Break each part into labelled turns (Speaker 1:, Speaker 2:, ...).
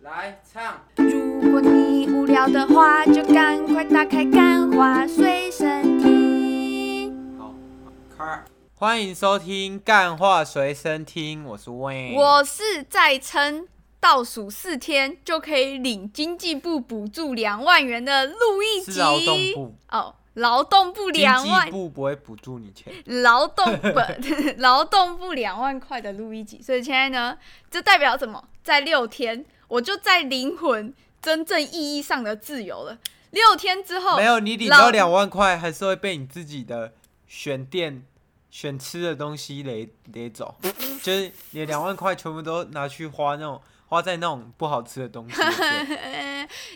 Speaker 1: 来唱，
Speaker 2: 如果你无聊的话，就赶快打开《干花随身听
Speaker 1: 好，开。欢迎收听《干话随身听》，我是》。Wayne。
Speaker 2: 我是再撑倒数四天就可以领经济部补助两万元的陆一
Speaker 1: 是劳动
Speaker 2: 吉
Speaker 1: 部，
Speaker 2: 哦，劳动部
Speaker 1: 经
Speaker 2: 两
Speaker 1: 济
Speaker 2: 万，
Speaker 1: 部不会补助你钱。
Speaker 2: 劳 动本 劳动部两万块的路易吉，所以现在呢，这代表什么？在六天，我就在灵魂真正意义上的自由了。六天之后，
Speaker 1: 没有，你领
Speaker 2: 哦老
Speaker 1: 到两万块，还是会被你自己的选店、选吃的东西雷雷 走，就是你的两万块全部都拿去花那种花在那种不好吃的东西的 店。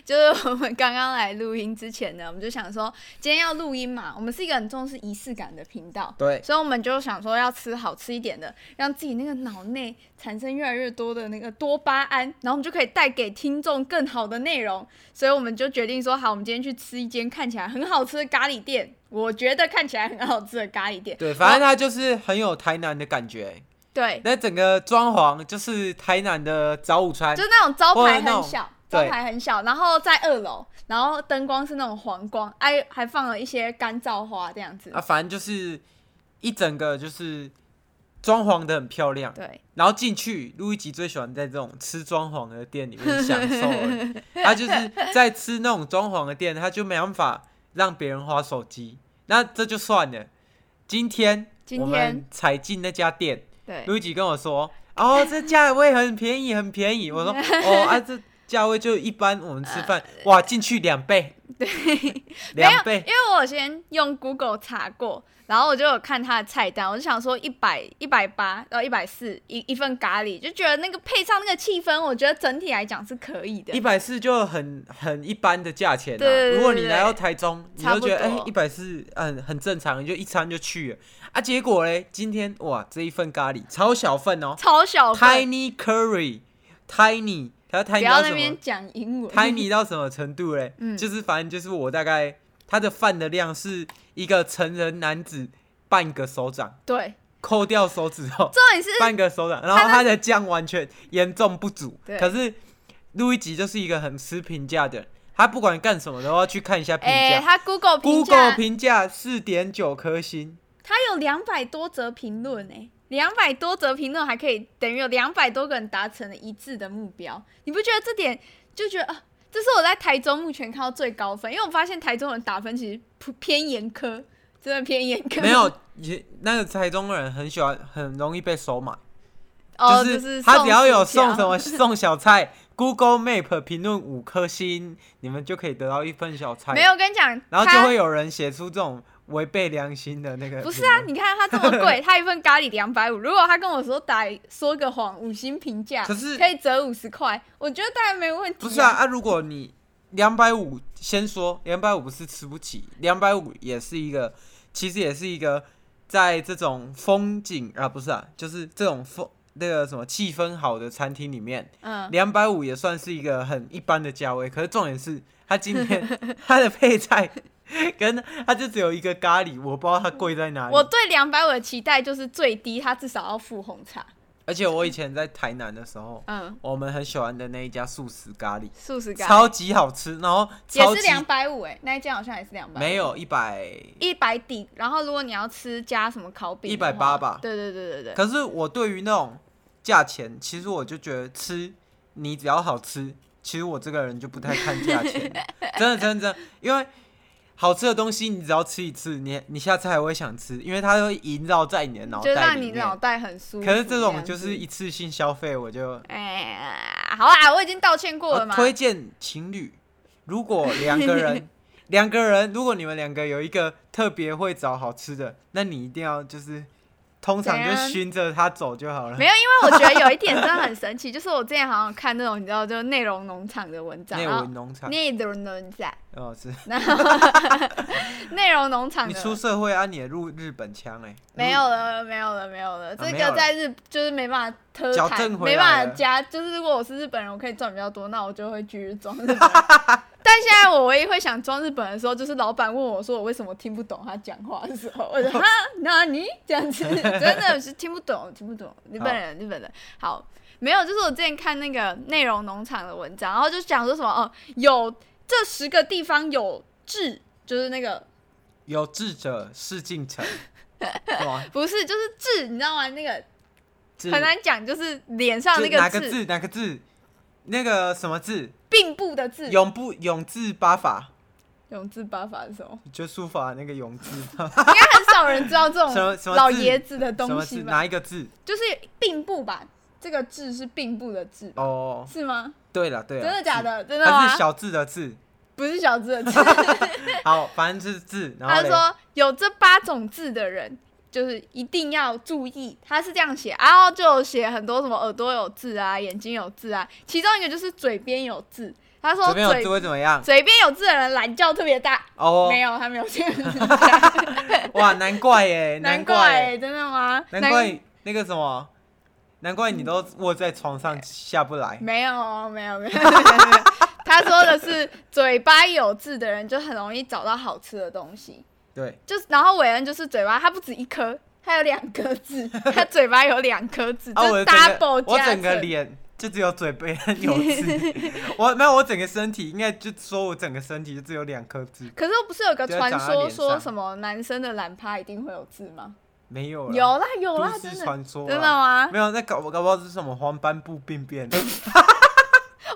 Speaker 2: 就是我们刚刚来录音之前呢，我们就想说今天要录音嘛，我们是一个很重视仪式感的频道，
Speaker 1: 对，
Speaker 2: 所以我们就想说要吃好吃一点的，让自己那个脑内产生越来越多的那个多巴胺，然后我们就可以带给听众更好的内容。所以我们就决定说，好，我们今天去吃一间看起来很好吃的咖喱店，我觉得看起来很好吃的咖喱店。
Speaker 1: 对，反正它就是很有台南的感觉。
Speaker 2: 对，
Speaker 1: 那整个装潢就是台南的早午餐
Speaker 2: 就，是那种招
Speaker 1: 或者
Speaker 2: 牌
Speaker 1: 那种
Speaker 2: 很小，招
Speaker 1: 对
Speaker 2: 牌很小，然后在二楼，然后灯光是那种黄光，哎，还放了一些干燥花这样子。
Speaker 1: 啊，反正就是一整个就是装潢的很漂亮。
Speaker 2: 对，
Speaker 1: 然后进去，路易吉最喜欢在这种吃装潢的店里面享受了。 他就是在吃那种装潢的店，他就没办法让别人花手机。那这就算了。今天
Speaker 2: 今
Speaker 1: 我
Speaker 2: 天
Speaker 1: 们才进那家店，
Speaker 2: 对，
Speaker 1: 路易吉跟我说：“哦，这价位很便宜，很便宜。”我 说：“哦啊，这价位就一般，我们吃饭哇，进去两倍，
Speaker 2: 呃没有
Speaker 1: 两，倍
Speaker 2: 因。为我先用 Google 查过，然后我就有看它的菜单，我就想说一百一百八到一百四一一份咖喱，就觉得那个配上那个气氛，我觉得整体来讲是可以的
Speaker 1: 一。百四就很很一般的价钱、啊。
Speaker 2: 对对对
Speaker 1: 如果你
Speaker 2: 对
Speaker 1: 来到台中，你
Speaker 2: 差
Speaker 1: 就
Speaker 2: 不
Speaker 1: 觉得哎
Speaker 2: 多，
Speaker 1: 一百四很很正常，你就一餐就去了啊。结果嘞，今天哇，这一份咖喱超小份哦
Speaker 2: 超小份，
Speaker 1: ，tiny curry，tiny，它
Speaker 2: 不
Speaker 1: tiny
Speaker 2: 要
Speaker 1: 到
Speaker 2: 在那
Speaker 1: 什
Speaker 2: 边
Speaker 1: 么
Speaker 2: 讲英文。
Speaker 1: ？tiny 到什么程度嘞？
Speaker 2: 嗯
Speaker 1: 就是反正就是我大概它的饭的量是一个成人男子半个手掌，
Speaker 2: 对，
Speaker 1: 扣掉手指后，
Speaker 2: 重点是
Speaker 1: 半个手掌，然后它的酱完全严重不足
Speaker 2: 对。
Speaker 1: 可是路易吉就是一个很吃评价的人，他不管干什么都要去看一下评
Speaker 2: 哎、
Speaker 1: 价。
Speaker 2: 它 Google 评
Speaker 1: Google
Speaker 2: 价，
Speaker 1: 评价四点九颗 星，
Speaker 2: 它有两百多则评论哎。两百多则评论还可以等于有两百多个人达成了一致的目标，你不觉得这点就觉得啊？这是我在台中目前看到最高分，因为我发现台中人打分其实普偏严苛，真的偏严苛。
Speaker 1: 没有也那个台中人很喜欢，很容易被收买，
Speaker 2: 哦，就是送
Speaker 1: 他只要有
Speaker 2: 薯条
Speaker 1: 送什么 送小菜，Google Map 评论五颗星，你们就可以得到一份小菜。
Speaker 2: 没，有，我跟你讲，
Speaker 1: 然后
Speaker 2: 他
Speaker 1: 就会有人写出这种违背良心的那个评论。
Speaker 2: 不是啊，你看它这么贵，它一份咖喱两百五，如果他跟我说打说个谎，五星评价，
Speaker 1: 可是
Speaker 2: 可以折五十块，我觉得当然没问题、
Speaker 1: 不是啊，，啊，如果你两百五，先说两百五是吃不起，两百五也是一个，其实也是一个在这种风景啊，不是啊，就是这种风那个什么气氛好的餐厅里面，
Speaker 2: 嗯，
Speaker 1: 两百五也算是一个很一般的价位。可是重点是，他今天 他的配菜跟他就只有一个咖喱，我不知道它贵在哪里
Speaker 2: 我。对两百五的期待就是最低，它至少要付红茶。
Speaker 1: 而且我以前在台南的时候，
Speaker 2: 嗯，
Speaker 1: 我们很喜欢的那一家素食咖喱，
Speaker 2: 素食咖
Speaker 1: 超级好吃，然后超
Speaker 2: 也
Speaker 1: 级
Speaker 2: 是两百五哎，那一间好像也是两百，
Speaker 1: 没有一百，
Speaker 2: 一百底。然后如果你要吃加什么烤饼的话，
Speaker 1: 180吧
Speaker 2: 对对对对对，
Speaker 1: 可是我对于那种价钱，其实我就觉得吃，你只要好吃，其实我这个人就不太看价 钱，真的真的真的，因为好吃的东西你只要吃一次，你你下次还会想吃，因为它会萦绕在你的脑
Speaker 2: 就
Speaker 1: 袋
Speaker 2: 让
Speaker 1: 里
Speaker 2: 你
Speaker 1: 面。
Speaker 2: 脑袋很舒服。
Speaker 1: 可是这种
Speaker 2: 样子
Speaker 1: 就是一次性消费，我就
Speaker 2: 哎，好啦，我已经道歉过了
Speaker 1: 我
Speaker 2: 嘛。
Speaker 1: 呃推荐情侣，如果两个 人。两个人，如果你们两个有一个特别会找好吃的，那你一定要就是，通常
Speaker 2: 怎
Speaker 1: 就
Speaker 2: 样
Speaker 1: 熏着他走就好了。
Speaker 2: 没有，因为我觉得有一 点真的很神奇，就是我之前好像有看那种你知道，就是内容农场的文章，
Speaker 1: 内
Speaker 2: 然后
Speaker 1: 文农场，
Speaker 2: 内容农场，
Speaker 1: 哦是，
Speaker 2: 然后 内容农场
Speaker 1: 你
Speaker 2: 的
Speaker 1: 出社会啊，你也入日本腔哎、
Speaker 2: 没有了，没有了，没有了。这
Speaker 1: 啊没有
Speaker 2: 个
Speaker 1: 了
Speaker 2: 在日就是没办法特
Speaker 1: 矫
Speaker 2: 谈，
Speaker 1: 正回
Speaker 2: 没
Speaker 1: 来
Speaker 2: 办法
Speaker 1: 了
Speaker 2: 加。就是如果我是日本人，我可以赚比较多，那我就会继续装日本人。 但现在我唯一会想装日本人的时候，就是老板问我说我为什么听不懂他讲话的时候，我 就哈，那你这样子真的是听不懂，听不懂日本人，日本人好。没有，就是我之前看那个内容农场的文章，然后就讲说什么哦，有这十个地方有志，就是那个
Speaker 1: 有志者事竟 成，哦是吗？
Speaker 2: 不是就是志，你知道吗？那个
Speaker 1: 志
Speaker 2: 很难讲，就是脸上那
Speaker 1: 志哪
Speaker 2: 个
Speaker 1: 个
Speaker 2: 字，
Speaker 1: 字？哪个字？那个什么字？
Speaker 2: 并布的字，
Speaker 1: 永不永字八法，
Speaker 2: 永字八法是什么？
Speaker 1: 就书法那个永字，
Speaker 2: 应该很少人知道这
Speaker 1: 什么什
Speaker 2: 种
Speaker 1: 么
Speaker 2: 老
Speaker 1: 字
Speaker 2: 爷子的
Speaker 1: 什
Speaker 2: 东
Speaker 1: 么字？
Speaker 2: 西吧？
Speaker 1: 哪一个字？
Speaker 2: 就是并布吧，这个志是并布的志，
Speaker 1: 哦，
Speaker 2: 是吗？
Speaker 1: 对了对了，
Speaker 2: 真的假
Speaker 1: 字？
Speaker 2: 的？真的
Speaker 1: 它
Speaker 2: 吗
Speaker 1: 是？小字的字。
Speaker 2: 不是小字的字。
Speaker 1: 好，反正就是字。 然
Speaker 2: 他
Speaker 1: 后
Speaker 2: 就
Speaker 1: 嘞，
Speaker 2: 说有这八种字的人，就是一定要注意。他是这样写，啊然后就有写很多什么耳朵有字啊，眼睛有字啊，其中一个就是嘴边有字。他说
Speaker 1: 左边有
Speaker 2: 嘴
Speaker 1: 字会怎么样？
Speaker 2: 嘴边有字的人懒觉特别大，
Speaker 1: 哦
Speaker 2: 没，有，他没有这样
Speaker 1: 哇，难怪耶，
Speaker 2: 难
Speaker 1: 怪
Speaker 2: 怪、
Speaker 1: 耶，
Speaker 2: 真的吗？
Speaker 1: 难怪那个什么，难怪你都卧在床上下不来。
Speaker 2: 没有哦，没有，没 有。他说的是嘴巴有字的人就很容易找到好吃的东西。
Speaker 1: 对，
Speaker 2: 就是，然后韦恩就是嘴巴，他不止一颗，他有两颗 痣，他嘴巴有两颗痣，
Speaker 1: 啊，
Speaker 2: 就
Speaker 1: 我
Speaker 2: 是
Speaker 1: 的整
Speaker 2: double
Speaker 1: 个我
Speaker 2: 加
Speaker 1: 整个
Speaker 2: 成
Speaker 1: 脸就只有嘴边有痣， 我没有，我整个身体应该就说我整个身体就只有两颗痣，
Speaker 2: 可是不是有个
Speaker 1: 不要
Speaker 2: 传
Speaker 1: 长在
Speaker 2: 说
Speaker 1: 脸
Speaker 2: 说
Speaker 1: 上
Speaker 2: 什么男生的懒趴一定会有痣吗？
Speaker 1: 没有啦
Speaker 2: 有啦有啦，
Speaker 1: 都
Speaker 2: 真
Speaker 1: 市
Speaker 2: 的
Speaker 1: 传说啊啦
Speaker 2: 真的吗？
Speaker 1: 没有，那搞搞不好是什么黄斑部病变，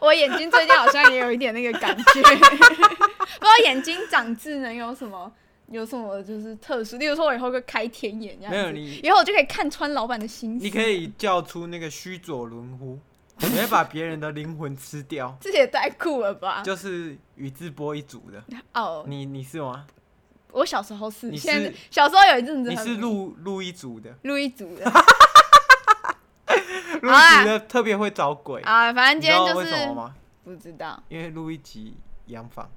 Speaker 2: 我眼睛最近好像也有一点那个感觉， 不知道眼睛长痣能有什么有什么就是特殊，例如说我以后会开天眼这样
Speaker 1: 没有
Speaker 2: 子
Speaker 1: 你
Speaker 2: 以后我就可以看穿老板的 心思。
Speaker 1: 你可以叫出那个须佐轮呼，你会把别人的灵魂吃掉，
Speaker 2: 这也太酷了吧！
Speaker 1: 就是宇智波一族 的，
Speaker 2: 哦，
Speaker 1: 你你是吗？
Speaker 2: 我小时候是，
Speaker 1: 你
Speaker 2: 现在
Speaker 1: 是
Speaker 2: 小时候有一阵子
Speaker 1: 你
Speaker 2: 很
Speaker 1: 是
Speaker 2: 迷
Speaker 1: 路路一族的，
Speaker 2: 录一组的
Speaker 1: 路一族的特别会找鬼，
Speaker 2: 啊，反正
Speaker 1: 你
Speaker 2: 今
Speaker 1: 知
Speaker 2: 天
Speaker 1: 道
Speaker 2: 就
Speaker 1: 为什么
Speaker 2: 是
Speaker 1: 吗？
Speaker 2: 不知道，
Speaker 1: 因为路一集洋房，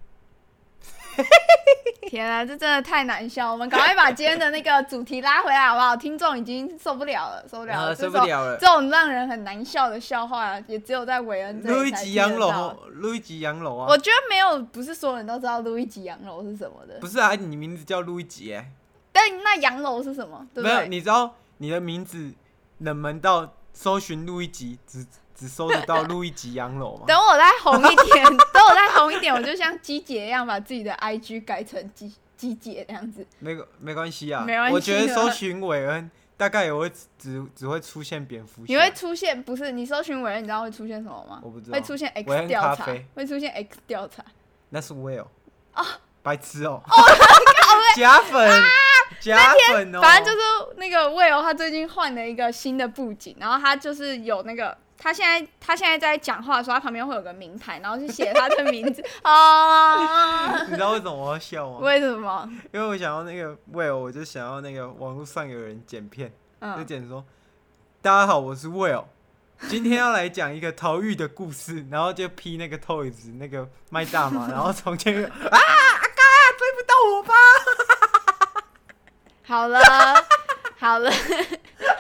Speaker 2: 天啊，这真的太难笑，我们赶快把今天的那个主题拉回来好不好？听众已经受不了了，受不了了，
Speaker 1: 啊受不
Speaker 2: 这种
Speaker 1: 了了
Speaker 2: 这种让人很难笑的笑话，也只有在韦恩这
Speaker 1: 路
Speaker 2: 里
Speaker 1: 一
Speaker 2: 才
Speaker 1: 集
Speaker 2: 听
Speaker 1: 洋
Speaker 2: 得到。
Speaker 1: 楼，路一集洋楼啊
Speaker 2: 我，觉得没有，不是所有人都知道路易吉洋楼是什么的
Speaker 1: 不。是啊，你名字叫路一集哎，
Speaker 2: 但那洋楼是什么？对不
Speaker 1: 没有，
Speaker 2: 对？
Speaker 1: 你知道你的名字冷门到搜寻路一集只只搜得到路一集洋楼吗？
Speaker 2: 等我再红一点， 等我再红一点，我就像鸡姐一样，把自己的 IG 改成鸡鸡姐这样子。
Speaker 1: 没个没关系啊，
Speaker 2: 没关系
Speaker 1: 我觉得
Speaker 2: 啊
Speaker 1: 搜寻韦恩大概也会只只会出现蝙蝠侠，
Speaker 2: 你会出现不是？你搜寻伟人，你知道会出现什么吗？
Speaker 1: 啊我不知道
Speaker 2: 会出现
Speaker 1: 韦
Speaker 2: X
Speaker 1: 恩
Speaker 2: 调
Speaker 1: 咖
Speaker 2: 查
Speaker 1: 啡，
Speaker 2: 会出现 X 调查。
Speaker 1: 那是 Will 啊，白痴哦， 假粉假粉哦，
Speaker 2: 啊反正就是那个 Will 他最近换了一个新的布景，然后他就是有那个。他现在他现在在讲话的时候，他旁边会有个名牌，然后是写他的名字啊？
Speaker 1: 你知道为什么我要笑吗？
Speaker 2: 为什么？
Speaker 1: 因为我想要那个 Will，我就想要那个网络上有人剪片，就
Speaker 2: 嗯，
Speaker 1: 剪说：“大家好，我是 Will，今天要来讲一个逃狱的故事。”然后就批那个 Toys 那个卖大麻，然后从前面啊 阿嘎追不到我吧，
Speaker 2: 好了好了，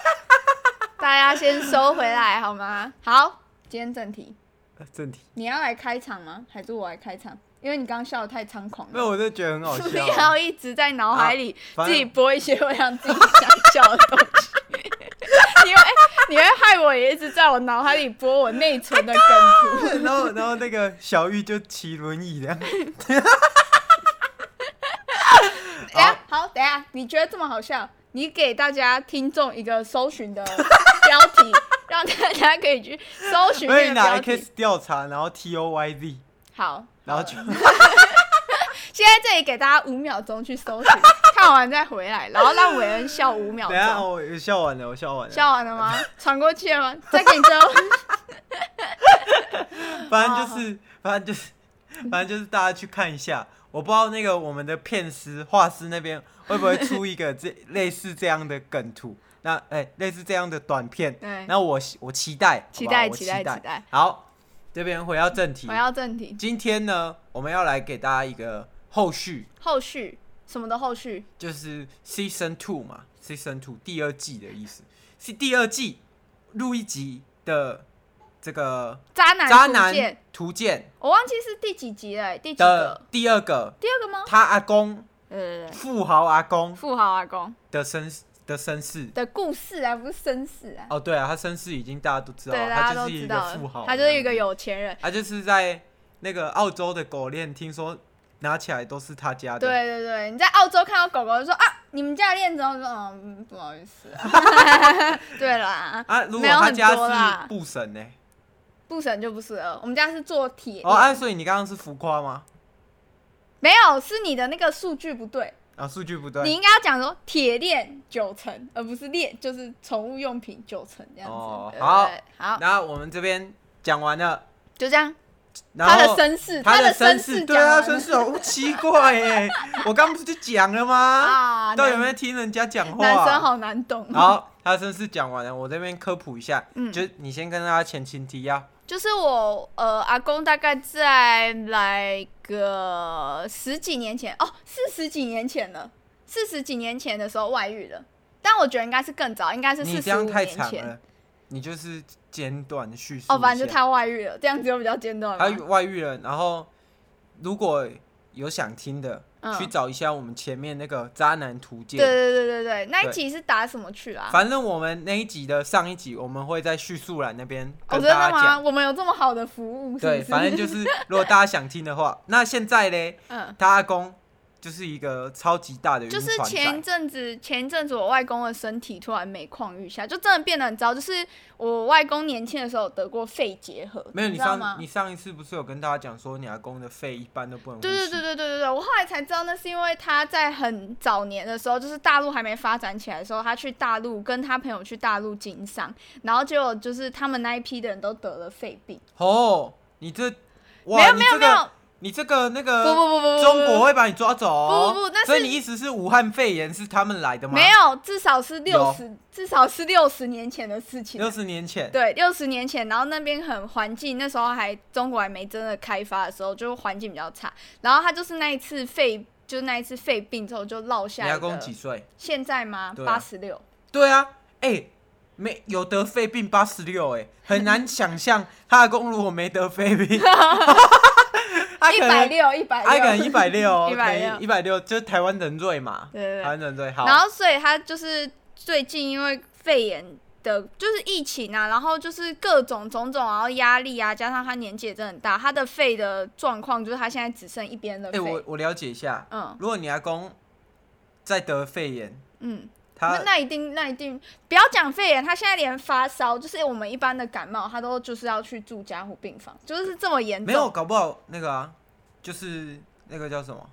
Speaker 2: 大家先收回来好吗？好，今天正题，
Speaker 1: 呃正题。
Speaker 2: 你要来开场吗？还是我来开场？因为你刚刚笑的太猖狂了
Speaker 1: 没。有，我就觉得很好
Speaker 2: 不
Speaker 1: 笑啊。
Speaker 2: 要一直在脑海里
Speaker 1: 反
Speaker 2: 自己
Speaker 1: 正
Speaker 2: 播一些会让自己想笑的东西。哎你会你会害我也一直在我脑海里播我内存的 梗图。
Speaker 1: 然后，然后那个小玉就骑轮椅 这样。
Speaker 2: 等
Speaker 1: 哎
Speaker 2: 一下好，等一下，你觉得这么好笑？你给大家听众一个搜寻的标题，让大家可以去搜寻
Speaker 1: 所以
Speaker 2: 那个
Speaker 1: 拿
Speaker 2: 标题。
Speaker 1: X 调查，然后 T O Y Z，
Speaker 2: 好，
Speaker 1: 然后就
Speaker 2: 现在这里给大家五秒钟去搜寻，看完再回来，然后让韦恩笑五秒
Speaker 1: 等一下
Speaker 2: 钟。
Speaker 1: 我笑完了，我笑完了。
Speaker 2: 笑完了吗？喘过气了吗？再给 你最后。
Speaker 1: 反正就是，反正就是，反正就是大家去看一下。我不知道那个我们的片师、画师那边会不会出一个这类似这样的梗图，那哎、类似这样的短片。
Speaker 2: 对，
Speaker 1: 那我希我期待，
Speaker 2: 期
Speaker 1: 好不好
Speaker 2: 待
Speaker 1: 我
Speaker 2: 期
Speaker 1: 期
Speaker 2: 待期待。
Speaker 1: 好，这边回到正题
Speaker 2: 我，要正题。
Speaker 1: 今天呢，我们要来给大家一个后续，
Speaker 2: 后续什么的后续，
Speaker 1: 就是 Season Two 嘛，Season Two 第二季的意思。是第二季录一集的这个
Speaker 2: 渣男
Speaker 1: 渣
Speaker 2: 图
Speaker 1: 男
Speaker 2: 鉴
Speaker 1: 图鉴
Speaker 2: 我忘记是第几集了、第几
Speaker 1: 的
Speaker 2: 个？
Speaker 1: 第二个
Speaker 2: 第二个吗？
Speaker 1: 他阿公
Speaker 2: 呃，
Speaker 1: 富豪阿公
Speaker 2: 富豪阿公
Speaker 1: 的身的身世。
Speaker 2: 的故事啊，不是身世啊。
Speaker 1: 哦，对啊，他身世已经大家都知道
Speaker 2: 对，
Speaker 1: 了，
Speaker 2: 大家
Speaker 1: 他
Speaker 2: 都
Speaker 1: 就是
Speaker 2: 知
Speaker 1: 一
Speaker 2: 道
Speaker 1: 个
Speaker 2: 了
Speaker 1: 富豪，
Speaker 2: 他就是一个，有钱人。
Speaker 1: 他就是在那个澳洲的狗链，听说拿起来都是他家的。
Speaker 2: 对对对，你在澳洲看到狗狗就说啊，你们家的链子哦，我说嗯，不好意思、啊。 对啦，
Speaker 1: 啊，如果
Speaker 2: 没有
Speaker 1: 他
Speaker 2: 很
Speaker 1: 家
Speaker 2: 多啦
Speaker 1: 是布神呢、
Speaker 2: 布神就不是了，我们家是做铁链，
Speaker 1: 哦，啊，所以你刚刚是浮夸吗？
Speaker 2: 没有，是你的那个数据不对，
Speaker 1: 啊，数据不
Speaker 2: 你
Speaker 1: 对。
Speaker 2: 应该要讲说铁链九成，而不是链，就是宠物用品九成这样子。
Speaker 1: 哦
Speaker 2: 对
Speaker 1: 好
Speaker 2: 好，
Speaker 1: 然后我们这边讲完了，
Speaker 2: 就这样。
Speaker 1: 然
Speaker 2: 他的
Speaker 1: 后
Speaker 2: 身世，
Speaker 1: 他
Speaker 2: 的
Speaker 1: 身
Speaker 2: 世
Speaker 1: 对
Speaker 2: 讲
Speaker 1: 啊，
Speaker 2: 完
Speaker 1: 身
Speaker 2: 了，
Speaker 1: 世好奇怪 耶、我刚不是就讲了吗？
Speaker 2: 啊，
Speaker 1: 到底有
Speaker 2: 男
Speaker 1: 没有听人家讲话？
Speaker 2: 男生好难懂。
Speaker 1: 好，他的身世讲完了，我这边科普一下，
Speaker 2: 嗯
Speaker 1: 就你先跟大家前情提要。
Speaker 2: 就是我呃阿公大概在来个十几年前哦，四十几年前了，四十几年前的时候外遇了，但我觉得应该是更早，应该是
Speaker 1: 你
Speaker 2: 四
Speaker 1: 这
Speaker 2: 十五
Speaker 1: 样太
Speaker 2: 年
Speaker 1: 长
Speaker 2: 前
Speaker 1: 了，你就是简短叙述一下。
Speaker 2: 哦，反正就他外遇了，这样子就比较简短
Speaker 1: 他
Speaker 2: 嘛。
Speaker 1: 外遇了，然后如果有想听的，
Speaker 2: 嗯
Speaker 1: 去找一下我们前面那个渣男图鉴。
Speaker 2: 对对对对对，那一
Speaker 1: 对
Speaker 2: 集是打什么去啦？
Speaker 1: 反正我们那一集的上一集，我们会在叙述栏那边
Speaker 2: 哦，
Speaker 1: 跟
Speaker 2: 真的
Speaker 1: 大家
Speaker 2: 吗？
Speaker 1: 讲。
Speaker 2: 我们有这么好的服务？是不
Speaker 1: 对，
Speaker 2: 是
Speaker 1: 反正就是如果大家想听的话，那现在嘞，
Speaker 2: 嗯，
Speaker 1: 他阿公就是一个超级大的晕
Speaker 2: 就
Speaker 1: 船
Speaker 2: 是
Speaker 1: 仔
Speaker 2: 前一阵子，前一阵子我外公的身体突然每况愈下，就真的变得很糟。就是我外公年轻的时候有得过肺结核，
Speaker 1: 没有你
Speaker 2: 知道吗
Speaker 1: 上？你上一次不是有跟大家讲说你阿公的肺一般都不能呼
Speaker 2: 对对对
Speaker 1: 吸，
Speaker 2: 对对对对，我后来才知道那是因为他在很早年的时候，就是大陆还没发展起来的时候，他去大陆跟他朋友去大陆经商，然后结果就是他们那一批的人都得了肺病。
Speaker 1: 哦，你这哇，
Speaker 2: 没有
Speaker 1: 你
Speaker 2: 没有
Speaker 1: 这
Speaker 2: 没
Speaker 1: 个
Speaker 2: 有，
Speaker 1: 你这个那
Speaker 2: 不
Speaker 1: 个
Speaker 2: 不不不不，
Speaker 1: 中国会把你抓走哦、
Speaker 2: 不不不那是
Speaker 1: 所以你意思是武汉肺炎是他们来的吗？
Speaker 2: 没，有，至少是六十，至少是六十年前的事情。
Speaker 1: 六十年前。
Speaker 2: 对，六十年前，然后那边很环境，那时候还中国还没真的开发的时候，就环境比较差。然后他就是那一次肺，就是那一次肺病之后就落
Speaker 1: 你
Speaker 2: 下
Speaker 1: 阿
Speaker 2: 一
Speaker 1: 公
Speaker 2: 个。
Speaker 1: 几岁？
Speaker 2: 现在吗？
Speaker 1: 对啊
Speaker 2: 八十六。
Speaker 1: 对啊，哎、没有得肺病八十六，哎，很难想象他阿公如果没得肺 病，他
Speaker 2: 一
Speaker 1: 可
Speaker 2: 百
Speaker 1: 能
Speaker 2: 六，一百六，
Speaker 1: 他可能一 百六，
Speaker 2: 一百六
Speaker 1: 一百六，就是台湾人瑞嘛，
Speaker 2: 对
Speaker 1: 台
Speaker 2: 对对。
Speaker 1: 湾人瑞好。
Speaker 2: 然后，所以他就是最近因为肺炎的，就是疫情啊，然后就是各种种种，然后压力啊，加上他年纪也真的很大，他的肺的状况就是他现在只剩一边的
Speaker 1: 哎、
Speaker 2: 肺。
Speaker 1: 我我了解一下，
Speaker 2: 嗯
Speaker 1: 如果你阿公再得肺炎，
Speaker 2: 嗯，那
Speaker 1: 他
Speaker 2: 那一定，那一定，不要讲肺炎，他现在连发烧，就是我们一般的感冒，他都就是要去住加护病房，就是这么严重。
Speaker 1: 没有，搞不好那个啊，就是那个叫什么，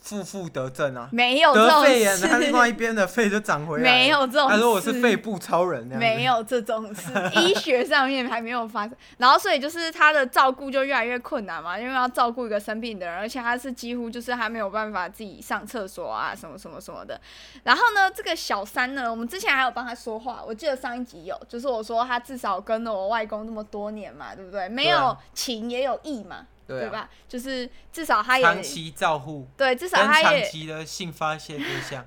Speaker 1: 负负得正啊，
Speaker 2: 没有这
Speaker 1: 得
Speaker 2: 种
Speaker 1: 肺炎，
Speaker 2: 事，
Speaker 1: 然后另外一边的肺就长回来。
Speaker 2: 没，有这种事。
Speaker 1: 他说我是肺部超人那样子。
Speaker 2: 没有这种 事，医学上面还没有发生。然后所以就是他的照顾就越来越困难嘛，因为要照顾一个生病的人，而且他是几乎就是还没有办法自己上厕所啊，什么什么什么的。然后呢，这个小三呢，我们之前还有帮他说话，我记得上一集有，就是我说他至少跟了我外公这么多年嘛，对不对？没有情也有义嘛，
Speaker 1: 啊对啊，
Speaker 2: 吧？就是至少他
Speaker 1: 长
Speaker 2: 也
Speaker 1: 期照护
Speaker 2: 对，至少
Speaker 1: 跟
Speaker 2: 他
Speaker 1: 长
Speaker 2: 也
Speaker 1: 期的性发泄对象，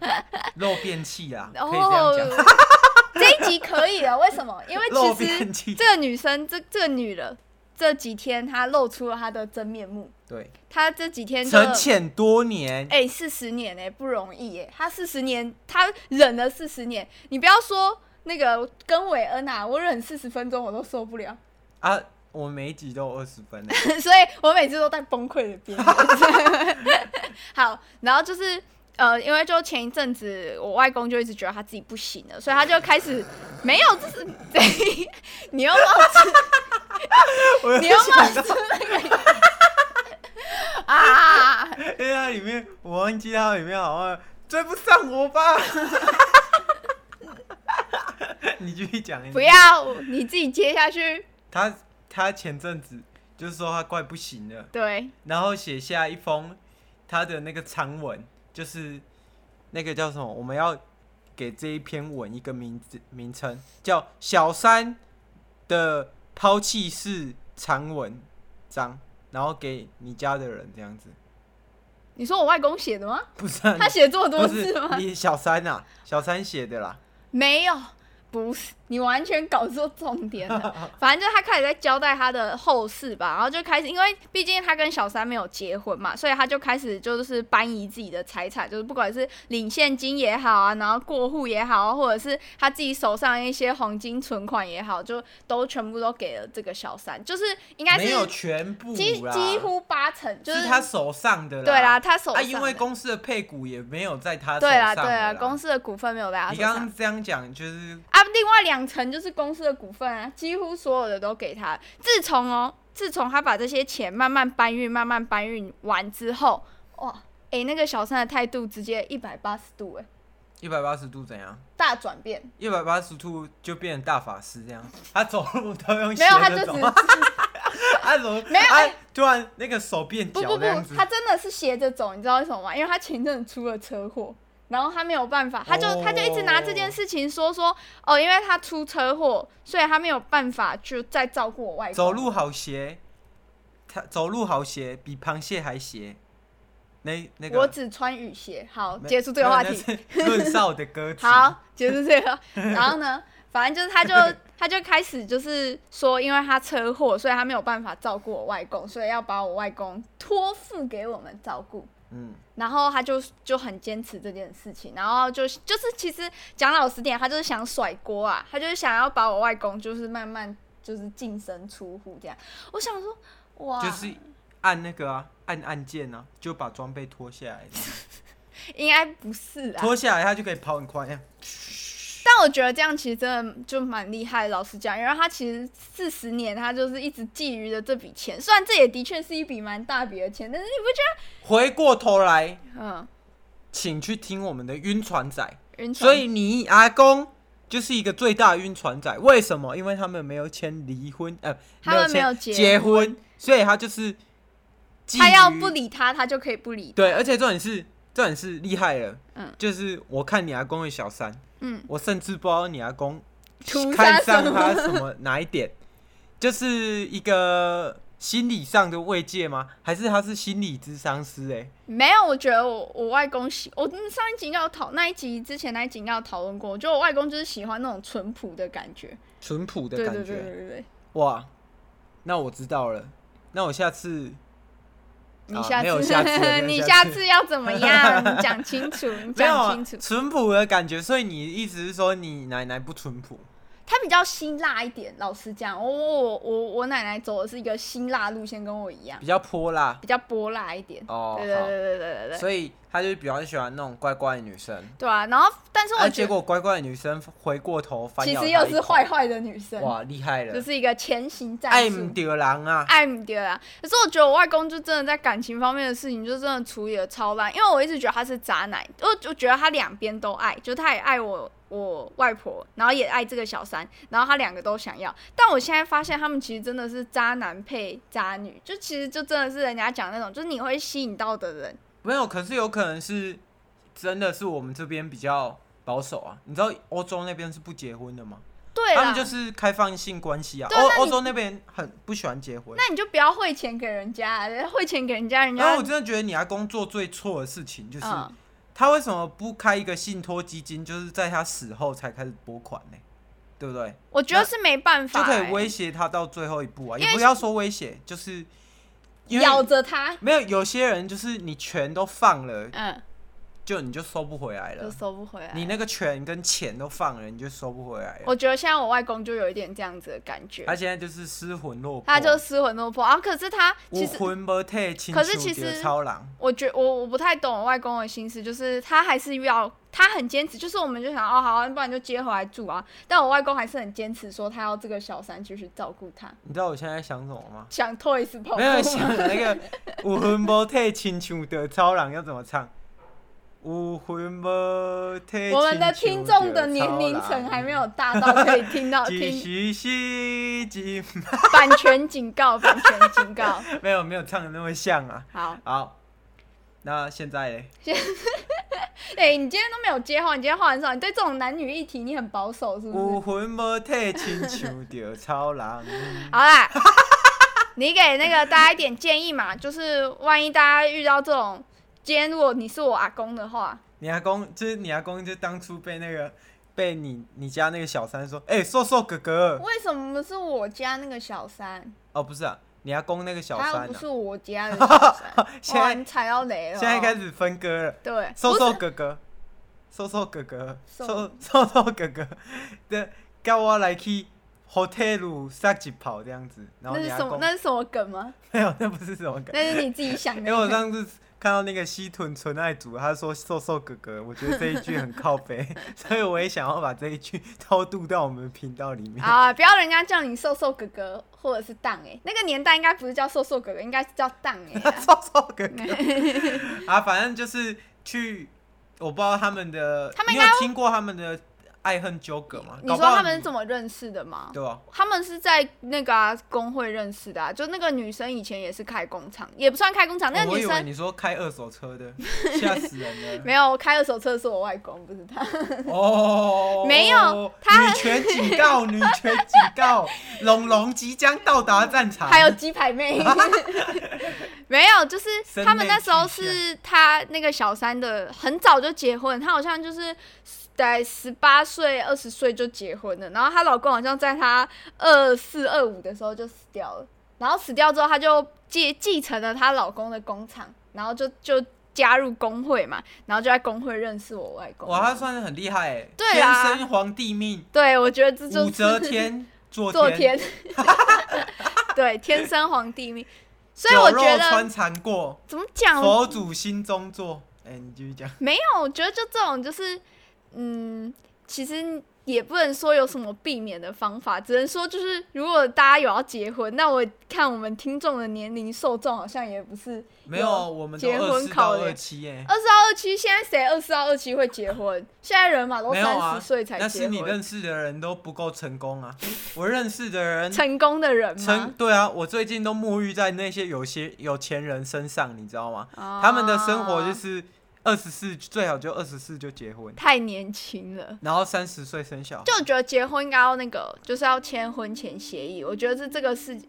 Speaker 1: 漏便器 啊，
Speaker 2: 哦
Speaker 1: 可以这样讲，
Speaker 2: 这一集可以了，为什么？因为
Speaker 1: 漏
Speaker 2: 其实
Speaker 1: 便 器。
Speaker 2: 这个女生，这这个女的，这几天她露出了她的真面目。
Speaker 1: 对，
Speaker 2: 她这几天就，
Speaker 1: 沉潜多年，
Speaker 2: 嗯哎，四十年哎、不容易哎、她四十年，她忍了四十年。你不要说那个跟韦恩啊，我忍四十分钟我都受不了，
Speaker 1: 啊，我每一集都有二十分欸。
Speaker 2: 所以我每次都在崩溃的边缘。 好，然后就是。呃，因为就前一阵子，我外公就一直觉得他自己不行了，所以他就开始没有，这是 你又忘记
Speaker 1: 我
Speaker 2: 你
Speaker 1: 又
Speaker 2: 又冒
Speaker 1: 想
Speaker 2: 出
Speaker 1: 到，
Speaker 2: 那个啊！
Speaker 1: 因为哎它里面我忘记它里面好像追不上我吧。 你继续讲一次。
Speaker 2: 不要，你自己接下去。
Speaker 1: 他他前阵子就是说他快不行了，
Speaker 2: 对，
Speaker 1: 然后写下一封他的那个长文，就是那个叫什么？我们要给这一篇文一个名字名称，叫《小三的抛弃式长文章》，然后给你家的人这样子。
Speaker 2: 你说我外公写的吗？
Speaker 1: 不是啊、
Speaker 2: 他写这么多
Speaker 1: 不
Speaker 2: 字
Speaker 1: 是
Speaker 2: 吗？
Speaker 1: 你小三呐、啊，小三写的啦。
Speaker 2: 没有，不是，你完全搞错重点 了。反正就他开始在交代他的后事吧，然后就开始，因为毕竟他跟小三没有结婚嘛，所以他就开始就是搬移自己的财产，就是不管是领现金也好啊，然后过户也好啊，或者是他自己手上一些黄金存款也好，就都全部都给了这个小三，就是应该是
Speaker 1: 没有全部
Speaker 2: 几
Speaker 1: 啦，
Speaker 2: 几乎八成，就是是
Speaker 1: 他手上的啦。
Speaker 2: 对啦，，他手上
Speaker 1: 啊，
Speaker 2: 的、
Speaker 1: 因为公司的配股也没有在他手
Speaker 2: 对
Speaker 1: 上
Speaker 2: 啦
Speaker 1: 的
Speaker 2: 对啦，
Speaker 1: 啦。
Speaker 2: 公司的股份没有在他
Speaker 1: 你
Speaker 2: 手
Speaker 1: 刚
Speaker 2: 上
Speaker 1: 刚。这样讲就是
Speaker 2: 啊，另外两层就是公司的股份啊，几乎所有的都给他。自从哦，自从他把这些钱慢慢搬运、慢慢搬运完之后，哇，诶，那个小三的态度直接一百八十度、诶，
Speaker 1: 一百八十度怎样？
Speaker 2: 大转变。
Speaker 1: 一百八十度就变成大法师这样，他走路都用
Speaker 2: 没
Speaker 1: 斜
Speaker 2: 有，他就
Speaker 1: 着
Speaker 2: 只
Speaker 1: 走，
Speaker 2: 不
Speaker 1: 他怎么
Speaker 2: 没有
Speaker 1: 他
Speaker 2: 哎
Speaker 1: 突然那个手变脚
Speaker 2: 不
Speaker 1: 这样子
Speaker 2: 不，，他真的是斜着走，你知道为什么吗？因为他前阵子出了车祸。然后他没有办
Speaker 1: 哦
Speaker 2: 法，他就、他就一直拿这件事情说说哦，因为他出车祸，所以他没有办法就再照顾我外公。
Speaker 1: 走路好斜，他走路好斜，比螃蟹还斜。那那个
Speaker 2: 我只穿雨鞋。好，
Speaker 1: 没
Speaker 2: 结束这个话
Speaker 1: 没有
Speaker 2: 题。
Speaker 1: 那是论少的 歌词，
Speaker 2: 好，结束 这个。然后呢，反正就是他就他就开始就是说，因为他车祸，所以他没有办法照顾我外公，所以要把我外公托付给我们照顾。
Speaker 1: 嗯，
Speaker 2: 然后他就就很坚持这件事情，然后就就是其实讲老实点，他就是想甩锅啊，他就是想要把我外公就是慢慢就是净身出户这样。我想说，哇，
Speaker 1: 就是按那个啊，按按键啊，就把装备脱下来，
Speaker 2: 应该不是啊，
Speaker 1: 脱下来他就可以跑很快。
Speaker 2: 但我觉得这样其实真的就蛮厉害的，老实讲，因为他其实四十年他就是一直觊觎着这笔钱，虽然这也的确是一笔蛮大笔的钱，但是你
Speaker 1: 回过头来，
Speaker 2: 不嗯，
Speaker 1: 请去听我们的晕船仔。
Speaker 2: 晕船
Speaker 1: 所以你阿公就是一个最大的晕船仔，为什么？因为他们没有签离婚，呃，
Speaker 2: 他们
Speaker 1: 没
Speaker 2: 没有
Speaker 1: 有
Speaker 2: 结
Speaker 1: 签结婚，所以他就是基
Speaker 2: 他要
Speaker 1: 于
Speaker 2: 不理他，他就可以不理
Speaker 1: 对，而且重点是重点是厉害了，
Speaker 2: 嗯
Speaker 1: 就是我看你阿公的小三，
Speaker 2: 嗯，
Speaker 1: 我甚至不知道你阿公
Speaker 2: 屠杀
Speaker 1: 看上
Speaker 2: 什么
Speaker 1: 他什么哪一点，就是一个心理上的慰藉吗？还是他是心理咨商师、欸？
Speaker 2: 没有，我觉得我我外公喜，我嗯上一集应该有讨那一集之前那一集应该有讨论过，我觉得我外公就是喜欢那种淳朴的感觉，
Speaker 1: 淳朴的
Speaker 2: 对
Speaker 1: 感
Speaker 2: 对
Speaker 1: 觉，
Speaker 2: 对对对，
Speaker 1: 哇，那我知道了，那我下次
Speaker 2: 你
Speaker 1: 啊
Speaker 2: 下
Speaker 1: 没
Speaker 2: 次、
Speaker 1: 有下次了没有
Speaker 2: 你
Speaker 1: 下
Speaker 2: 下
Speaker 1: 次
Speaker 2: 次要怎么样？你讲 清楚，你
Speaker 1: 没有
Speaker 2: 讲
Speaker 1: 啊
Speaker 2: 清楚。
Speaker 1: 淳朴的感觉，所以你意思是说你奶奶不淳朴？
Speaker 2: 他比较辛辣一点，老实讲，我哦我我我奶奶走的是一个辛辣路线，跟我一样，
Speaker 1: 比较泼辣
Speaker 2: 比较波辣一点。
Speaker 1: 哦，
Speaker 2: 对对对对对对
Speaker 1: 好，
Speaker 2: 对，
Speaker 1: 所以她就比较喜欢那种乖乖的女生。
Speaker 2: 对啊。然后，但是
Speaker 1: 啊，
Speaker 2: 我觉
Speaker 1: 结
Speaker 2: 得
Speaker 1: 果乖乖的女生回过头反
Speaker 2: 其
Speaker 1: 咬
Speaker 2: 实
Speaker 1: 她
Speaker 2: 又
Speaker 1: 一
Speaker 2: 是
Speaker 1: 口
Speaker 2: 坏，坏的女生，
Speaker 1: 哇，厉害
Speaker 2: 就
Speaker 1: 了，
Speaker 2: 是一个前行战
Speaker 1: 爱
Speaker 2: 术
Speaker 1: 唔。得狼啊！
Speaker 2: 爱不对啦，可是我觉得我外公就真的在感情方面的事情就真的处理的超烂，因为我一直觉得他是渣男，我我觉得他两边都爱，就是他也爱我我外婆，然后也爱这个小三，然后他两个都想要。但我现在发现他们其实真的是渣男配渣女，就其实就真的是人家讲那种，就是你会吸引到的人，
Speaker 1: 没有，可是有可能是真的是我们这边比较保守啊。你知道欧洲那边是不结婚的吗？
Speaker 2: 对啊
Speaker 1: 他
Speaker 2: 啦，
Speaker 1: 们就是开放性关系啊。
Speaker 2: 对啊那
Speaker 1: 欧欧
Speaker 2: 你
Speaker 1: 洲那边很不喜欢结婚。
Speaker 2: 那你就不要汇钱给人家，汇钱给人家，人
Speaker 1: 然后
Speaker 2: 家
Speaker 1: 我真的觉得你阿公做最错的事情就是。
Speaker 2: 嗯，
Speaker 1: 他为什么不开一个信托基金，就是在他死后才开始拨款呢？对不对？
Speaker 2: 我觉得是没办法、
Speaker 1: 就可以
Speaker 2: 欸，
Speaker 1: 威胁他到最后一步啊，
Speaker 2: 因为
Speaker 1: 也不要说威胁，就是因
Speaker 2: 咬
Speaker 1: 为
Speaker 2: 着他，
Speaker 1: 没有有些人就是你全都放了，
Speaker 2: 嗯，
Speaker 1: 就你就收不回来
Speaker 2: 就
Speaker 1: 了。
Speaker 2: 收不回来。
Speaker 1: 你那个权跟钱都放了，你就收不回来了。
Speaker 2: 我觉得现在我外公就有一点这样子的感觉，
Speaker 1: 欸他现在就是失魂落魄，
Speaker 2: 他就失魂落魄。然、后可是他其
Speaker 1: 无
Speaker 2: 实，
Speaker 1: 魂不退，亲
Speaker 2: 可是其实
Speaker 1: 超狼，
Speaker 2: 我觉我我不太懂我外公的心思，就是他还是要他很坚持，就是我们就想哦好、啊，不然就接回来住啊。但我外公还是很坚持说他要这个小三继续照顾他，
Speaker 1: 你知道我现在在想什么吗？
Speaker 2: 想 Toys 跑
Speaker 1: 没 有想那 个无魂不退，亲像的超人要怎么唱？无魂不退。
Speaker 2: 我们的听众的年龄层还没有大到可以 听到
Speaker 1: 继
Speaker 2: 听
Speaker 1: 续吸进，
Speaker 2: 版权警告，版权警告。
Speaker 1: 没有没有唱的那么像啊。
Speaker 2: 好，
Speaker 1: 好，那现在嘞，
Speaker 2: 哎、你今天都没有接话，你今天话很少，你对这种男女议题你很保守是不是？
Speaker 1: 无魂不退，亲像的超人。
Speaker 2: 好啦， 你给那个大家一点建议嘛， 就是万一大家遇到这种，今天如果你是我阿公的话，
Speaker 1: 你阿公就是你阿公，就当初被那个被你你家那个小三说，哎、瘦瘦哥哥，
Speaker 2: 为什么是我家那个小三，
Speaker 1: 哦不是啊，你阿公那个小
Speaker 2: 他又
Speaker 1: 三、
Speaker 2: 不
Speaker 1: 啊，
Speaker 2: 是我家的小三？
Speaker 1: 现
Speaker 2: 哇，
Speaker 1: 在
Speaker 2: 你踩到雷了哦！
Speaker 1: 现在开始分割了，
Speaker 2: 对，
Speaker 1: 瘦
Speaker 2: 不是
Speaker 1: 瘦哥哥，瘦瘦哥哥，
Speaker 2: 瘦
Speaker 1: 瘦瘦瘦哥哥 的，跟我来去 hotel 撒几跑这样子，然后
Speaker 2: 那
Speaker 1: 你
Speaker 2: 是
Speaker 1: 阿
Speaker 2: 什么
Speaker 1: 公？
Speaker 2: 那是什么梗吗？
Speaker 1: 没有，那不是什么梗。
Speaker 2: 那是你自己想
Speaker 1: 因
Speaker 2: 的。
Speaker 1: 为我上次看到那个西屯纯爱组，他说瘦瘦哥哥，我觉得这一句很靠北， 所以我也想要把这一句偷渡到我们频道里 面。
Speaker 2: 啊，不要人家叫你瘦瘦哥哥或者是荡哎、那个年代应该不是叫瘦瘦哥哥，应该是叫荡 哎、
Speaker 1: 瘦瘦哥哥啊，反正就是去，我不知道他们的，
Speaker 2: 他们
Speaker 1: 你
Speaker 2: 应
Speaker 1: 有
Speaker 2: 该
Speaker 1: 听过他们的爱恨纠葛吗？
Speaker 2: 你
Speaker 1: 搞
Speaker 2: 说
Speaker 1: 不好
Speaker 2: 他们是怎么认识的吗？
Speaker 1: 对啊吧？
Speaker 2: 他们是在那个啊、工会认识的、啊，就那个女生以前也是开工厂，也不算开工厂，那
Speaker 1: 哦
Speaker 2: 个
Speaker 1: 我
Speaker 2: 女
Speaker 1: 以为
Speaker 2: 生、
Speaker 1: 你说开二手车 的，吓死人了。
Speaker 2: 没有开二手车是我外公，不是他。
Speaker 1: 哦，
Speaker 2: 没有他
Speaker 1: 女权警告，女权警 告，龙龙即将到达战场。
Speaker 2: 还有鸡 排妹，没有，就是
Speaker 1: 生
Speaker 2: 他们
Speaker 1: 妹
Speaker 2: 那
Speaker 1: 取
Speaker 2: 时候
Speaker 1: 向
Speaker 2: 是他那个小三的，很早就结婚，她好像就是在十八岁、二十岁就结婚了，然后她老公好像在她二四、二五的时候就死掉了，然后死掉之后，她就继继承了她老公的工厂，然后就就加入工会嘛，然后就在工会认识我外公。
Speaker 1: 哇，他算是很厉害哎、欸，
Speaker 2: 对啊
Speaker 1: 天生皇帝命，
Speaker 2: 对，我觉得这就是
Speaker 1: 武则天做
Speaker 2: 做
Speaker 1: 天，
Speaker 2: 天， 对，天生皇帝命，所以我
Speaker 1: 酒
Speaker 2: 觉
Speaker 1: 肉
Speaker 2: 得。
Speaker 1: 穿肠过，
Speaker 2: 怎么讲？
Speaker 1: 佛祖心中坐。哎、你继续讲。
Speaker 2: 没有，我觉得就这种就是，嗯，其实也不能说有什么避免的方法，只能说就是如果大家有要结婚，那我看我们听众的年龄受众好像也不是
Speaker 1: 没有，我们都
Speaker 2: 结婚
Speaker 1: 二四到
Speaker 2: 考
Speaker 1: 二
Speaker 2: 虑
Speaker 1: 七哎，
Speaker 2: 二十到二七，现在谁二十到二七会结婚？现在人嘛都
Speaker 1: 没有啊
Speaker 2: 三十岁才
Speaker 1: 那
Speaker 2: 结
Speaker 1: 是你
Speaker 2: 婚，
Speaker 1: 认识的人都不够成功啊。我认识的人
Speaker 2: 成功的人
Speaker 1: 成
Speaker 2: 嘛，
Speaker 1: 对啊，我最近都沐浴在那些有些有钱人身上，你知道吗？
Speaker 2: 他
Speaker 1: 他们的生
Speaker 2: 哦
Speaker 1: 活就是二十四最好就二十四就结婚，
Speaker 2: 太年轻了。
Speaker 1: 然后三十岁生小孩。
Speaker 2: 就我觉得结婚应该要那个，就是要签婚前协议。我觉得这这个是，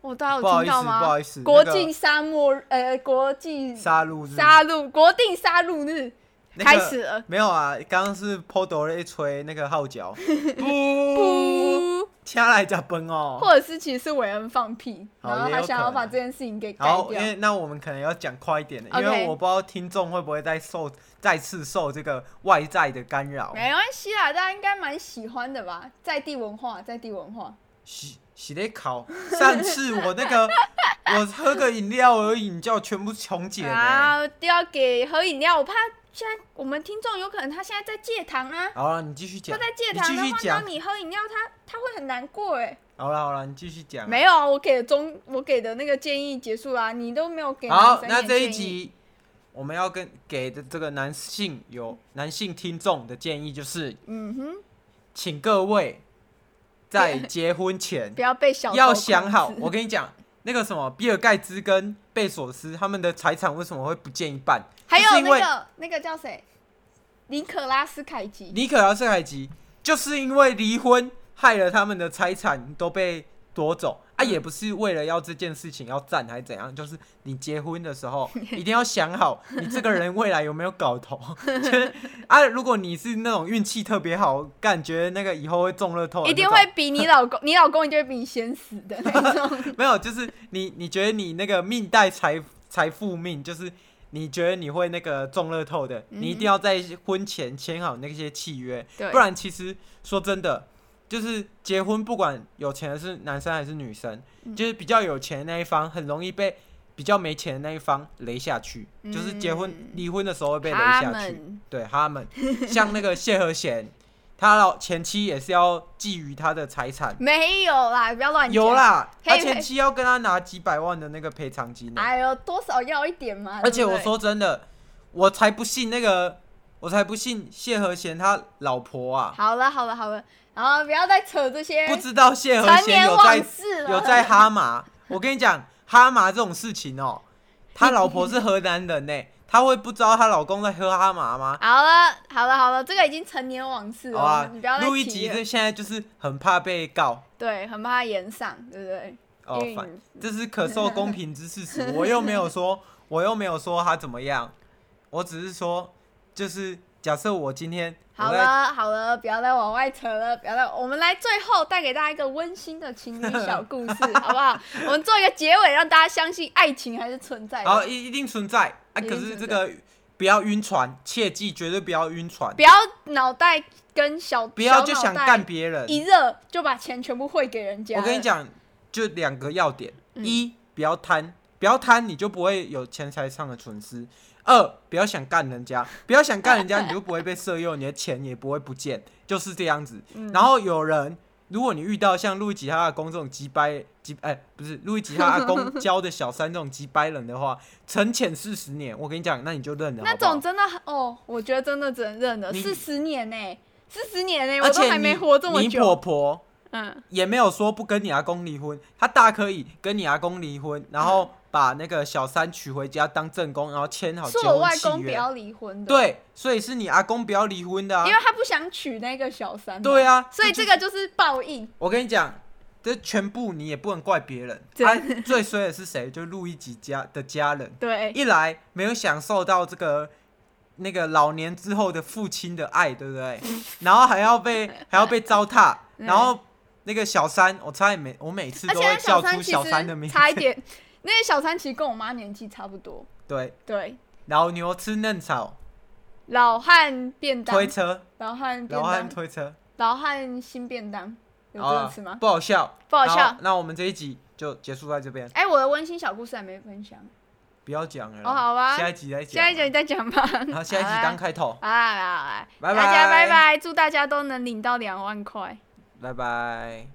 Speaker 2: 我大家
Speaker 1: 不好
Speaker 2: 有
Speaker 1: 意
Speaker 2: 听
Speaker 1: 思，
Speaker 2: 到
Speaker 1: 不
Speaker 2: 吗？
Speaker 1: 好意思，
Speaker 2: 国
Speaker 1: 那个
Speaker 2: 际沙漠日，呃，国际
Speaker 1: 杀戮日
Speaker 2: 杀戮，国定杀戮日
Speaker 1: 那个
Speaker 2: 开始了。
Speaker 1: 没有啊，刚刚是 Podo 一吹那个号 角，不，
Speaker 2: 不，
Speaker 1: 掐来加崩哦。
Speaker 2: 或者是其实是韦恩放屁，
Speaker 1: 好
Speaker 2: 然后
Speaker 1: 也
Speaker 2: 他
Speaker 1: 有
Speaker 2: 想
Speaker 1: 可
Speaker 2: 要
Speaker 1: 能
Speaker 2: 把这件事情给改
Speaker 1: 好，因
Speaker 2: 掉。
Speaker 1: 为那我们可能要讲快一点的，因
Speaker 2: OK
Speaker 1: 为我不知道听众会不会再受再次受这个外在的干扰。
Speaker 2: 没关系啦，大家应该蛮喜欢的吧？在地文化，在地文化，
Speaker 1: 洗洗得考，上次我那 个我喝个饮料而已，你叫我全部穷解呢。
Speaker 2: 啊，都要给喝饮料。我怕现在我们听众有可能他现在在戒糖啊，
Speaker 1: 好了，你继续
Speaker 2: 他
Speaker 1: 讲，
Speaker 2: 在戒
Speaker 1: 你
Speaker 2: 糖
Speaker 1: 继
Speaker 2: 的
Speaker 1: 续
Speaker 2: 话，
Speaker 1: 讲
Speaker 2: 让。你喝饮料，他他会很难过哎。
Speaker 1: 好了好了，你继续讲。
Speaker 2: 没有啊，我给的中我给的那个建议结束啦，你都没有给男
Speaker 1: 好，
Speaker 2: 生
Speaker 1: 那
Speaker 2: 点
Speaker 1: 这一
Speaker 2: 建议
Speaker 1: 集我们要跟给的这个男性有男性听众的建议就是，
Speaker 2: 嗯哼。
Speaker 1: 请各位在结婚前
Speaker 2: 不要被小偷
Speaker 1: 要想 好
Speaker 2: 控。制
Speaker 1: 我跟你讲，那个什么比尔盖茨跟贝索斯他们的财产为什么会不见一半？
Speaker 2: 还有
Speaker 1: 就是因
Speaker 2: 那
Speaker 1: 为
Speaker 2: 个那个叫谁，尼可拉斯凯奇，
Speaker 1: 尼可劳斯凯奇就是因为离婚害了他们的财产都被夺走。
Speaker 2: 嗯
Speaker 1: 啊，也不是为了要这件事情要战还是怎样，就是你结婚的时 候一定要想好，你这个人未来有没有搞头。就是啊，如果你是那种运气特别好，感觉那个以后会中乐透哦的那种，
Speaker 2: 一定会比你老公， 你老公一定会比你先死 的那种。
Speaker 1: 没有，就是你你觉得你那个命带财财富命，就是你觉得你会那个中乐透的，
Speaker 2: 嗯
Speaker 1: 你一定要在婚前签好那些契约，
Speaker 2: 对
Speaker 1: 不然其实说真的，就是结婚不管有钱的是男生还是女生，
Speaker 2: 嗯
Speaker 1: 就是比较有钱的那一方很容易被。比较没钱的那一方雷下去，就是结婚
Speaker 2: 嗯
Speaker 1: 离婚的时候会被雷
Speaker 2: 他
Speaker 1: 下去。
Speaker 2: 们
Speaker 1: 对他们，像那个谢和弦，他老前妻也是要觊觎他的财产，
Speaker 2: 没有啦，不要乱讲
Speaker 1: 有。啦，
Speaker 2: 嘿
Speaker 1: 他
Speaker 2: 嘿
Speaker 1: 前妻要跟他拿几百万的那个赔偿金呢。
Speaker 2: 哎呦，多少要一点嘛。
Speaker 1: 而且
Speaker 2: 对不
Speaker 1: 我
Speaker 2: 对，
Speaker 1: 说真的，我才不信那个，我才不信谢和弦他老婆啊，
Speaker 2: 好了好了好了，然后不要再扯这些
Speaker 1: 不知道谢和
Speaker 2: 陈
Speaker 1: 弦
Speaker 2: 年
Speaker 1: 有
Speaker 2: 往
Speaker 1: 在
Speaker 2: 事啊了。
Speaker 1: 有在哈马。我跟你讲，哈马这种事情 哦，他老婆是荷兰人呢，他会不知道她老公在喝哈马吗？
Speaker 2: 好了好了好了，这个已经陈年往事
Speaker 1: 好
Speaker 2: 了，
Speaker 1: 啊
Speaker 2: 哦你不要，再
Speaker 1: 录一
Speaker 2: 提
Speaker 1: 集
Speaker 2: 了
Speaker 1: 这。现在就是很怕被告
Speaker 2: 对，很怕他延上，对不对？
Speaker 1: 哦
Speaker 2: 因为，
Speaker 1: 反
Speaker 2: 你
Speaker 1: 这是可受公平之事 实，我又没有说，我又没有说他怎么样，我只是说，就是假设我今天
Speaker 2: 好
Speaker 1: 我在
Speaker 2: 了好了，不要再往外扯了，不要再，我们来最后带给大家一个温馨的情侣小故 事，好不好？我们做一个结尾，让大家相信爱情还是存在
Speaker 1: 好
Speaker 2: 的。
Speaker 1: 一一定存在啊，
Speaker 2: 一定
Speaker 1: 可是
Speaker 2: 存
Speaker 1: 这个不要晕船，切记绝对不要晕船
Speaker 2: 不，要脑袋跟小
Speaker 1: 不要就想干
Speaker 2: 小脑袋
Speaker 1: 别人。
Speaker 2: 一热就把钱全部汇给人家。
Speaker 1: 我跟你，讲，就两个要点：
Speaker 2: 嗯
Speaker 1: 一不要贪，不要贪，你就不会有钱财上的损失；二不要想干人家，不要想干人家，你就不会被色诱，你的钱也不会不见，就是这样子。
Speaker 2: 嗯
Speaker 1: 然后有人，如果你遇到像路易吉他阿公这种鸡掰鸡，哎、不是路易吉他阿公教的小三这种鸡掰人的话，沉潜四十年，我跟你讲，那你就认了
Speaker 2: 那
Speaker 1: 好不好
Speaker 2: 种真的很哦，我觉得真的只能认了，
Speaker 1: 你
Speaker 2: 四十年呢、四十年呢、我
Speaker 1: 而
Speaker 2: 都
Speaker 1: 且
Speaker 2: 还没
Speaker 1: 你
Speaker 2: 活这么
Speaker 1: 你
Speaker 2: 久
Speaker 1: 婆。婆
Speaker 2: 嗯，
Speaker 1: 也没有说不跟你阿公离婚，他大可以跟你阿公离婚，然后把那个小三娶回家当正宫，然后签好
Speaker 2: 是
Speaker 1: 结
Speaker 2: 我
Speaker 1: 婚
Speaker 2: 外
Speaker 1: 契
Speaker 2: 公不
Speaker 1: 约。
Speaker 2: 要离婚的，，
Speaker 1: 对，所以是你阿公不要离婚的啊
Speaker 2: 因。为他不想娶那个小三。
Speaker 1: 对
Speaker 2: 啊，
Speaker 1: 啊，
Speaker 2: 所以
Speaker 1: 就
Speaker 2: 这个就是报应。
Speaker 1: 我跟你讲，啊这全部你也不能怪别人。
Speaker 2: 对
Speaker 1: 他最衰的是谁？就路易吉家的家人，
Speaker 2: 对，
Speaker 1: 一来没有享受到这个那个老年之后的父亲的爱，对不对？
Speaker 2: 嗯
Speaker 1: 然后还要 被还要被糟蹋，然后那个小三，我差点每我每次
Speaker 2: 而
Speaker 1: 都
Speaker 2: 且
Speaker 1: 会
Speaker 2: 那
Speaker 1: 叫
Speaker 2: 三
Speaker 1: 出
Speaker 2: 其
Speaker 1: 小三的
Speaker 2: 实
Speaker 1: 名字，
Speaker 2: 差一点，那个小三其实跟我妈年纪差不多。
Speaker 1: 对，
Speaker 2: 对，
Speaker 1: 老牛吃嫩草，
Speaker 2: 老汉便当，
Speaker 1: 推车，
Speaker 2: 老汉便
Speaker 1: 老汉
Speaker 2: 当，
Speaker 1: 推车，
Speaker 2: 老汉新便当，有这个
Speaker 1: 啊
Speaker 2: 词吗？
Speaker 1: 不好笑，
Speaker 2: 不好笑
Speaker 1: 然后那我们这一集就结束在这边，
Speaker 2: 哎、我的温馨小故事还没分享，
Speaker 1: 不要讲了啦，
Speaker 2: 哦好吧
Speaker 1: 下一集再讲，
Speaker 2: 下一集啊你，再讲吧。
Speaker 1: 然后下一集当开头，
Speaker 2: 好啦好啦好啦，
Speaker 1: 拜拜
Speaker 2: 大家拜拜，祝大家都能领到两万块。
Speaker 1: 拜拜。